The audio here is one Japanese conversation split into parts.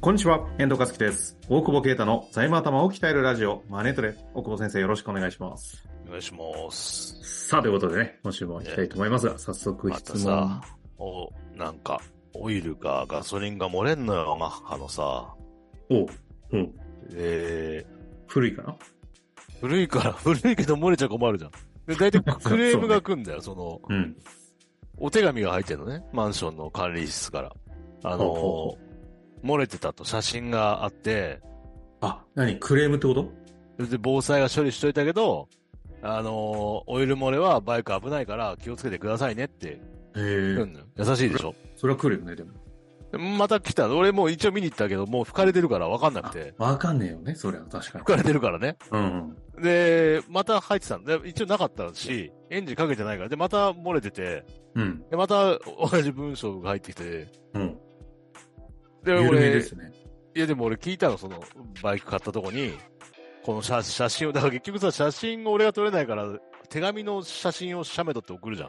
こんにちは、遠藤和樹です。大久保啓太の財務頭を鍛えるラジオ、マネトレ。大久保先生、よろしくお願いします。お願いします。さあ、ということでね、今週も行きたいと思いますが、早速ま質た問。さ、お、なんか、オイルかガソリンが漏れんのよ、マッハのさ。おう、うん、え古いかなー、古いから、 古いけど漏れちゃ困るじゃん。で、 大体クレームが来んだよ、その、うん。お手紙が入ってるのね、マンションの管理室から。あほうほのー、漏れてたと写真があって、あ、何クレームってことそれで防災が処理しといたけど、あのー、オイル漏れはバイク危ないから気をつけてくださいねってへえ、来るのよ。優しいでしょそれは来るよね、でも。また来た。俺もう一応見に行ったけど、もう吹かれてるから分かんなくて。わかんねえよね、そりゃ、確かに。吹かれてるからね。うん。で、また入ってたんで、一応なかったし、エンジンかけてないから、で、また漏れてて、うん。で、また同じ文章が入ってきて、うん。で、有名で俺、すね。いやでも俺聞いたの、その、バイク買ったとこに、この写写真を、だから結局さ、写真を俺が撮れないから、手紙の写真を写メ撮って送るじゃん。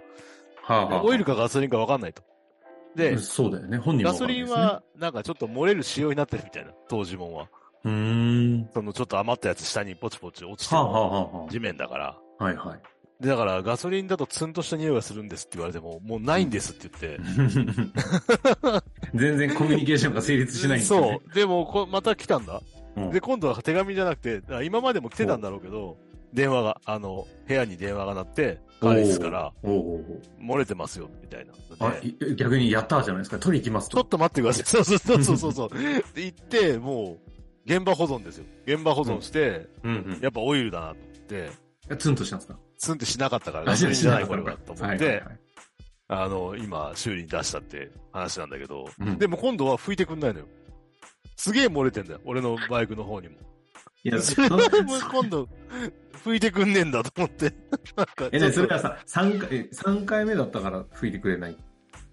はあ、ではあ、オイルかガソリンか分かんないと。うでん、そうだよね、本人もわガかソんないでリンすね、は、なんかちょっと漏れる仕様になってるみたいな、当時もんは。うーん。そのちょっと余ったやつ下にポチポチ落ちてはるあ、はあはあは地面だから。あ、はいはい。で、だからガソリンだとツンとした匂いがするんですって言われても、もうないんですって言って。 全然コミュニケーションが成立しないんですよね。そう。でもこ、また来たんだ。うんで、今度は手紙じゃなくて、あ今までも来てたんだろうけど、電話が、あの、部屋に電話が鳴って、おう管理室から、おうおう漏れてますよ、みたいなおうのあで。い逆にやったーじゃないですか。取り行きますちとょっ。と待ってください。 そうそうそうそうそう。で、行って、もう、現場保存ですよ。現場保存して、うんうんやっぱオイルだなと思って、ツンとしたんですかツンってしなかったから、ガソリンじゃないこれは、と思っはいてはい、はいあの、今、修理に出したって話なんだけど、うんでも今度は拭いてくんないのよ。すげえ漏れてんだよ。俺のバイクの方にも。いや、そ それはもう今度、拭いてくんねえんだと思って。 なんかえ、ね、ちそれょっとはさ、3回、え三回目だったから吹いてくれない。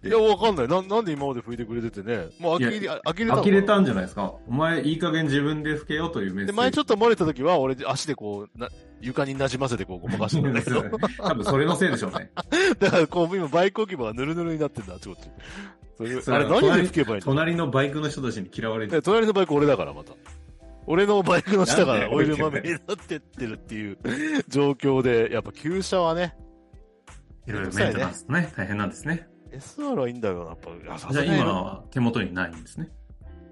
いや、わかんない。な、なんで今まで拭いてくれててね。もう呆れ、い呆れたの呆れたんんじゃないですか。お前、いい加減自分で吹けよというメッセーで、ジ。前ちょっと漏れた時は、俺足でこう、な、床になじませてこうごまかしてたんだけど。多分それのせいでしょうね。だからこう、今バイク置き場がヌルヌルになってんだ、あちこち。それそれあれ何で拭けばいいの隣のバイクの人たちに嫌われてえ、隣のバイク俺だから、また。俺のバイクの下かならんでオイルまみれになってってるっていう 状況で、やっぱ旧車はね、いろいろメンテナンスね、大変なんですね。 SR はいいんだよな、やっぱいや。さすじゃがあに今は手元にないんですね。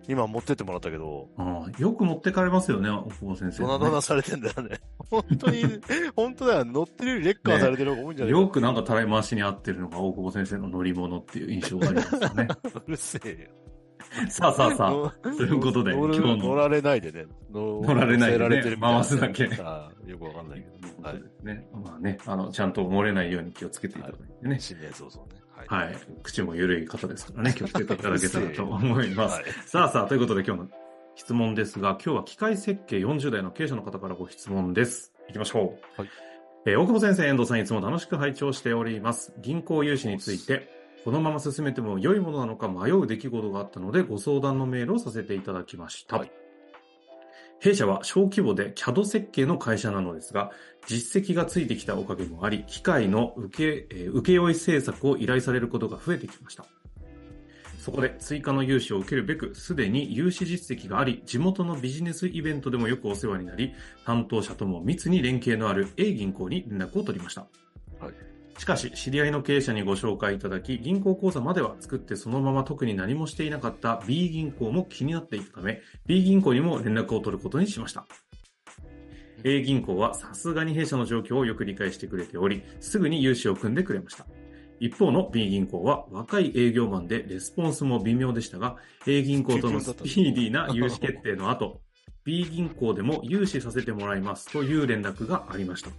今持ってってもらったけど、ああよく持ってかれますよね、大久保先生ドね、ナドナされてんだよね。本当に、本当だよ。乗ってるよりレッカーされてる方が多いんじゃないかよくなんかたらい回しに合ってるのが大久保先生の乗り物っていう印象がありますよ ね。うるせえさあさあよ。さあ。乗ということで乗る今日の乗られないでね。乗乗られないでね乗せられてるみたいな回すだけねああよくわかんないけど。はい。ね、まあね、あの、ちゃんと漏れないように気をつけていただいてね。新年早々ね。はい。はい。口も緩い方ですからね、気をつけていただけたらと思います。はい さあさあ、ということで今日の質問ですが、今日は機械設計40代の経営者の方からご質問です。行きましょう。はいえー大久保先生、遠藤さん、いつも楽しく拝聴しております。銀行融資について、このまま進めても良いものなのか迷う出来事があったので、ご相談のメールをさせていただきました。はい弊社は小規模で CAD 設計の会社なのですが、実績がついてきたおかげもあり、機械の受け、えー請け負い政策を依頼されることが増えてきました。そこで追加の融資を受けるべく、すでに融資実績があり、地元のビジネスイベントでもよくお世話になり、担当者とも密に連携のある A 銀行に連絡を取りました。はいしかし、知り合いの経営者にご紹介いただき、銀行口座までは作ってそのまま特に何もしていなかった B 銀行も気になっていたため、B 銀行にも連絡を取ることにしました。A 銀行はさすがに弊社の状況をよく理解してくれており、すぐに融資を組んでくれました。一方の B 銀行は若い営業マンでレスポンスも微妙でしたが、A 銀行とのスピーディーな融資決定の後、B 銀行でも融資させてもらいますという連絡がありました。うん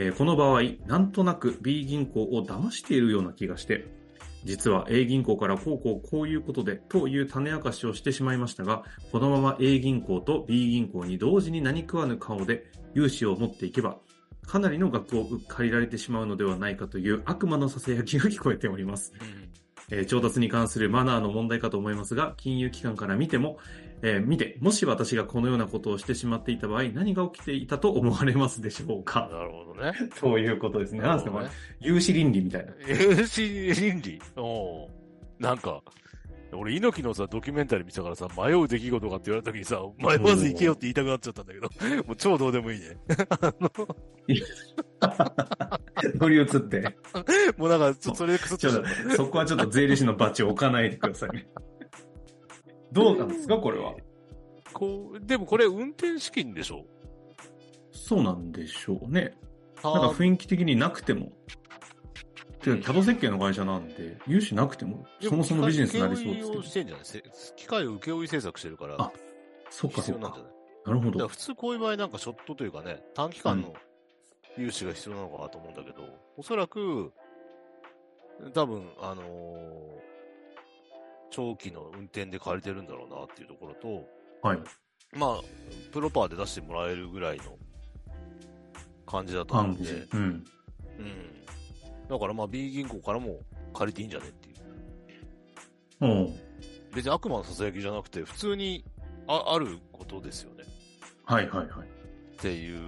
えーこの場合、なんとなく B 銀行を騙しているような気がして、実は A 銀行からこうこうこういうことでという種明かしをしてしまいましたが、このまま A 銀行と B 銀行に同時に何食わぬ顔で融資を持っていけば、かなりの額を借りられてしまうのではないかという悪魔の囁きが聞こえております。えー調達に関するマナーの問題かと思いますが、金融機関から見ても、えー見て、もし私がこのようなことをしてしまっていた場合、何が起きていたと思われますでしょうかなるほどね。 ということですね。なんです か、これね。。融資倫理みたいな。有心倫理おうなんか、俺、猪木のさ、ドキュメンタリー見てたからさ、迷う出来事かって言われた時にさ、迷わず行けよって言いたくなっちゃったんだけど、もう超どうでもいいね。乗り移って。もうなんか、ちょっとそれでくすっちとょしっちゃとっ、そこはちょっと税理士のバチを置かないでくださいね。どうなんですか、これは。た。こう、でもこれ運転資金でしょそうなんでしょうね。なんかあー雰囲気的になくても。てか、キャド設計の会社なんで、融資なくても、そもそもビジネスになりそうです請け負どを。してんじゃないせ機械を請負制作してるから、あそっか必そ要っなんかじゃ。ないなるほだからど。普通こういう場合なんかショットというかね、短期間の融資が必要なのかなと思うんだけど、おそらく、多分、あのー長期の運転で借りてるんだろうなっていうところと、はい。まあ、プロパーで出してもらえるぐらいの感じだと感思うんでじ。、うん。うん。だからまあ B 銀行からも借りていいんじゃねっていうう。ん。別に悪魔のささやきじゃなくて、普通にああることですよね。はいはいはい。っていう。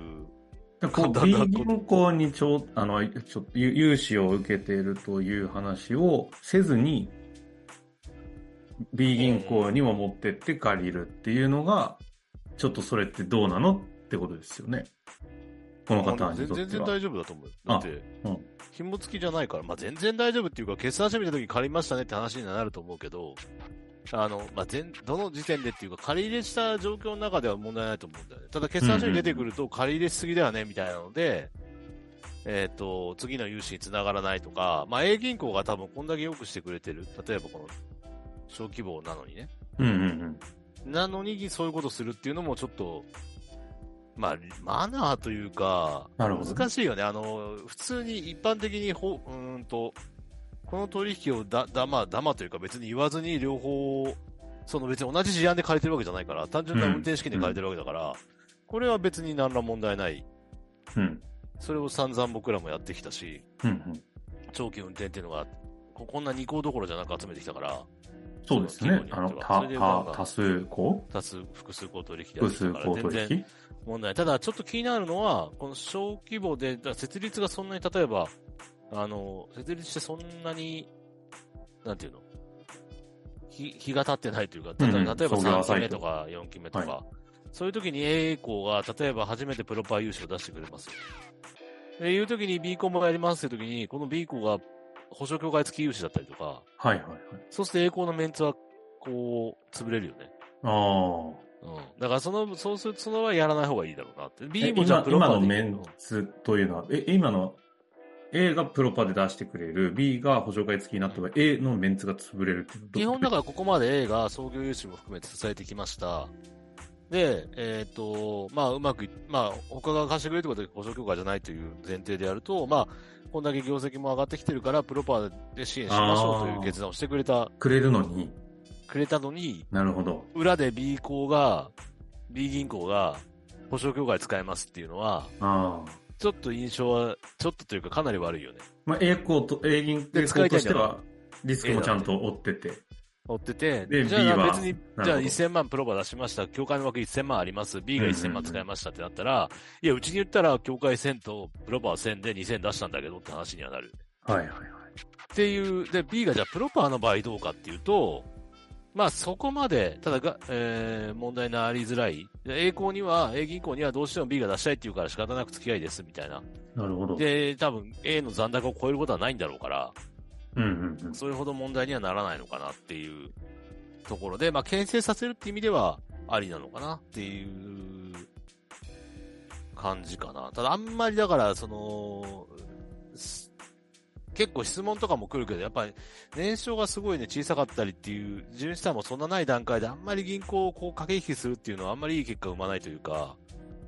でこう、だんだ B んこう銀行にちょ、あの、ちょっとゆ融資を受けているという話をせずに、B 銀行にも持ってって借りるっていうのが、ちょっとそれってどうなのってことですよね。このま方あに全とって全然は。大丈夫だと思うよ。だって、うん紐付きじゃないから、まあ、全然大丈夫っていうか、決断書見た時に借りましたねって話にはなると思うけど、あの、まあ、全、どの時点でっていうか、借り入れした状況の中では問題ないと思うんだよね。ただ、決断書に出てくると、借り入れしすぎだよね、みたいなので、えっ、と、次の融資につながらないとか、まあ、A 銀行が多分こんだけ良くしてくれてる。例えばこの、小規模なのにね。うんうんなのに、そういうことするっていうのもちょっと、まあ、マナーというか、なるほど難しいよね。あの、普通に一般的にほ、うーんと、この取引をだ、だま、だまというか別に言わずに両方、その別に同じ事案で借りてるわけじゃないから、単純な運転資金で借りてるわけだから、これは別に何ら問題ない。うん。うん。それを散々僕らもやってきたし、うんうん。長期運転っていうのが、ここんな2項どころじゃなく集めてきたから、そうですね。あそのの、規模によってはそれでなたん、かた、多数項多数、複数項取引でや複ってき数たから、項全然取引問題。ただ、ちょっと気になるのは、この小規模で、だから設立がそんなに、例えば、あの、設立してそんなに、なんていうの日、日が経ってないというか、たうんうんだ例えば創業3浅期い目ととか4期目とか、はそういう時に A 校が、例えば初めてプロパー融資を出してくれます。で、いう時に B 校もやりますって時に、この B 校が保証協会付き融資だったりとか、はいはいはい。そうすると A 校のメンツは、こう、潰れるよね。ああ。うん。だから、その、そうすると、その場合やらない方がいいだろうなって。え B もじゃあ今プロパ今ーのでいメいけどンツというのは、え、今の A がプロパで出してくれる、B が補助会付きになった場合、A のメンツが潰れるってこと基本だからここまで A が創業融資も含めて支えてきました。で、えっ、と、まあ、うまくい、まあ、他が貸してくれるってことで保証協会じゃないという前提でやると、まあ、こんだけ業績も上がってきてるから、プロパーで支援しましょうという決断をしてくれた、くれるのに、くれたのに、なるほど。裏で B 行が、B 銀行が、保証協会使えますっていうのは、ああ。ちょっと印象は、ちょっとというかかなり悪いよね。まあ、A 校と、A 銀で A 使校いたといんしだてからは、リスクもちゃんと追ってて。追ってて、でじゃ B あは別に、ほどじゃあ1000万プロバ出しました、協会の枠1000万あります、B うがんうんうん1000万使いましたってなったら、いや、うちに言ったら、協会1000とプロバ1000で2000出したんだけどって話にはなる。はいはいはい。っていう、で、B がじゃあプロパーの場合どうかっていうと、まあそこまで、ただが、えー、問題になりづらい。で A 行には、A 銀行にはどうしても B が出したいっていうから仕方なく付き合いですみたいな。なるほど。で、多分 A の残高を超えることはないんだろうから、うんうんうん。それほど問題にはならないのかなっていうところで、まあ、牽制させるって意味ではありなのかなっていう感じかな。ただ、あんまりだから、その、す結構質問とかも来るけど、やっぱり年商がすごいね、小さかったりっていう、純資産もそんなない段階で、あんまり銀行をこう駆け引きするっていうのはあんまりいい結果を生まないというか、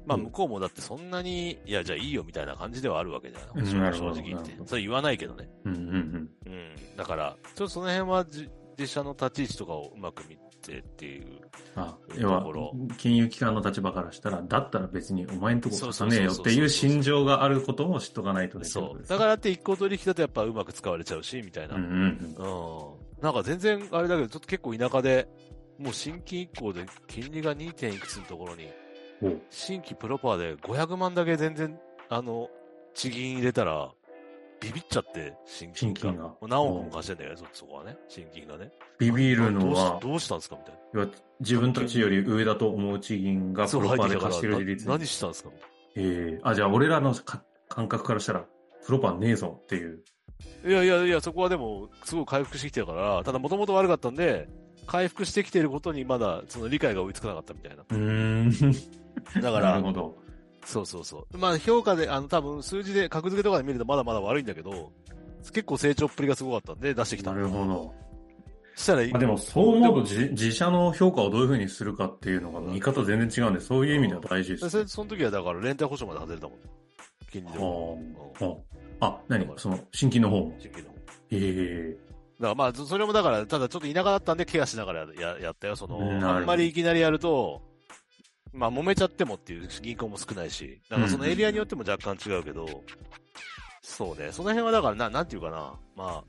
まあうん向こうもだってそんなに、いやじゃあいいよみたいな感じではあるわけじゃうんなないるほど正直言っなてるほ。どそれ言わないけどね。うんうんうん。うん、だから、ちょっとその辺はじ自社の立ち位置とかをうまく見てっていう。あ、要はところ、金融機関の立場からしたら、だったら別にお前んとこ貸さねえよっそうそうてそういそううそう心情があることも知っとかないとねそう。だからって一行取引だとやっぱうまく使われちゃうし、みたいな。ううんん。うんうん。なんか全然あれだけど、ちょっと結構田舎で、もう新規一行で金利が 2. 点いくつのところに、おう新規プロパーで500万だけ全然、あの、地銀入れたら、ビビっちゃって、心筋心筋が。もが。う何億も貸してんだよね、そ、そこはね。心筋がね。ビビるのあは、どうしどうしたんですかみたいいわゆる自分たちより上だと思う地銀がな。プロパーで貸してる入ってき率たからな何したんですかみたええあ、じゃあ俺らのか感覚からしたら、プロパーねえぞっていう。いないやいやいや、そこはでも、すごい回復してきてるから、ただもともと悪かったんで、回復してきていることにまだ、その理解が追いつかなかったみたいな。うーん。だか なるら、ほど。そうそうそう。まあ評価で、あの多分数字で格付けとかで見るとまだまだ悪いんだけど、結構成長っぷりがすごかったんで出してきたな。るほど。したらいいまあ、でもそう思うと自自社の評価をどういうふうにするかっていうのが見方全然違うんで、そういう意味では大事でそす、ねれ。その時はだから連帯保証まで外れたもん。金利でも。はあうんはああ、何その、新規の方も。金利でも。ええだからまあ、そそれもだから、ただちょっと田舎だったんでケアしながらややったよ。そのなるほ、どあんまりいきなりやると、まあ揉めちゃってもっていう銀行も少ないし、だからそのエリアによっても若干違うけど、そうね、その辺はだからな、なんていうかな、ま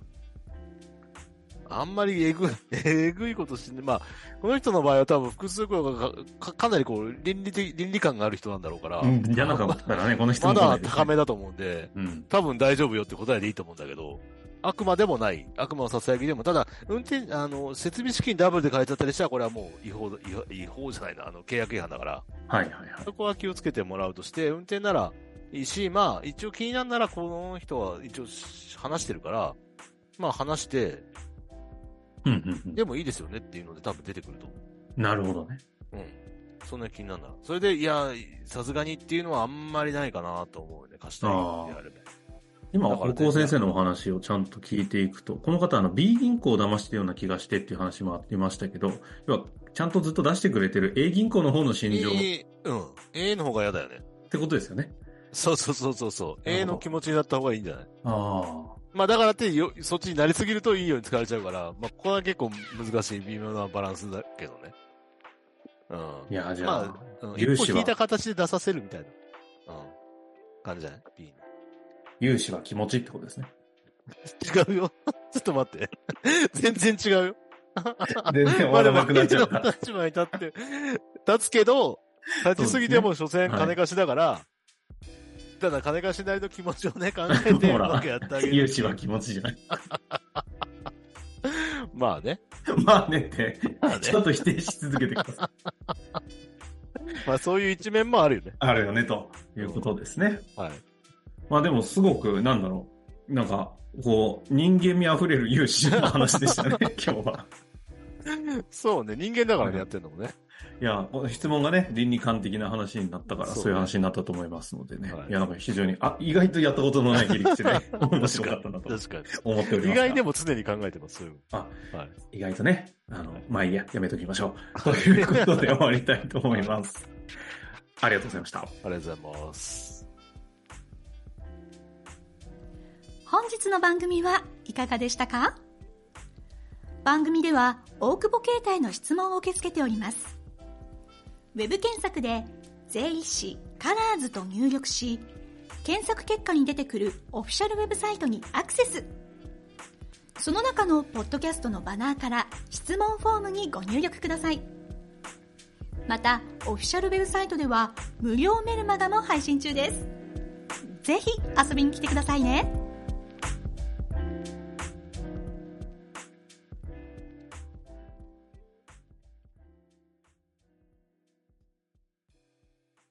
あ、あんまりえぐい、 えぐいことしてね、まあ、この人の場合は多分複数雇用がかかかなりこう、倫理的、倫理観がある人なんだろうから、うん嫌な顔だからね、この質ま問来なだいです高めだと思うんで、うん。多分大丈夫よって答えでいいと思うんだけど、悪魔でもない、悪魔のささやきでも、ただ、運転、あの、設備資金ダブルで変えちゃったりしたら、これはもう違法だ、違法違法じゃないな、あの、契約違反だから、はいはいはい。そこは気をつけてもらうとして、運転ならいいし、まあ、一応気になるなら、この人は一応話してるから、まあ話して、うんうんでもいいですよねっていうので多分出てくると思うん。なるほどね。う。うん。そんな気になるなら。それで、いや、さすがにっていうのはあんまりないかなと思うね、貸したいであれば。今、だから北高先生のお話をちゃんと聞いていくと、この方、あの、B 銀行を騙してるような気がしてっていう話もありましたけど、要は、ちゃんとずっと出してくれてる A 銀行の方の心情っ A、うん。A の方が嫌だよね。てことですよね。そうそうそうそうそう。なるほど A の気持ちになった方がいいんじゃないああ。まあだからってよ、そっちになりすぎるといいように使われちゃうから、まあここは結構難しい微妙なバランスだけどね。いや、うじん。ゃあ、まあ、うん、融一歩資は引いた形で出させるみたいな。うん。感じじゃない ?B に。融資は気持ちってことですね。違うよ。 ちょっと待って。全然違うよ。全然終わらなくなっちゃっまあた で。も立場に立って、立つけど、立ちすぎても所詮金貸しだから、ただ金貸しなりの気持ちをね、考えて、ほうらまくやってあげる。融資は気持ちじゃない。まあね。まあねって、まあねちょっと否定し続けてください。まあそういう一面もあるよね。 あるよね、ということですね。はい。まあでもすごく、なんだろう。なんか、こう、人間味あふれる融資の話で したね、今日は。 そうね、人間だからうんね、やってんのもね。いや、この質問がね、倫理観的な話になったから、そうそういねう話になったと思いますのでね。はいい、や、なんか非常に、あ、意外とやったことのない切り 口で、面白かったなと確か思っておりに。ますが。意外でも常に考えてます、そういうのあはい。 意外とね、あのはい、まあいいや、やめときましょ う。ということで終わりたいと思います。ありがとうございました。ありがとうございます。本日の番組はいかがでしたか番組では大久保携帯の質問を受け付けております。ウェブ検索で税理士カラーズと入力し、検索結果に出てくるオフィシャルウェブサイトにアクセス。その中のポッドキャストのバナーから質問フォームにご入力ください。また、オフィシャルウェブサイトでは無料メルマガも配信中です。ぜひ遊びに来てくださいね。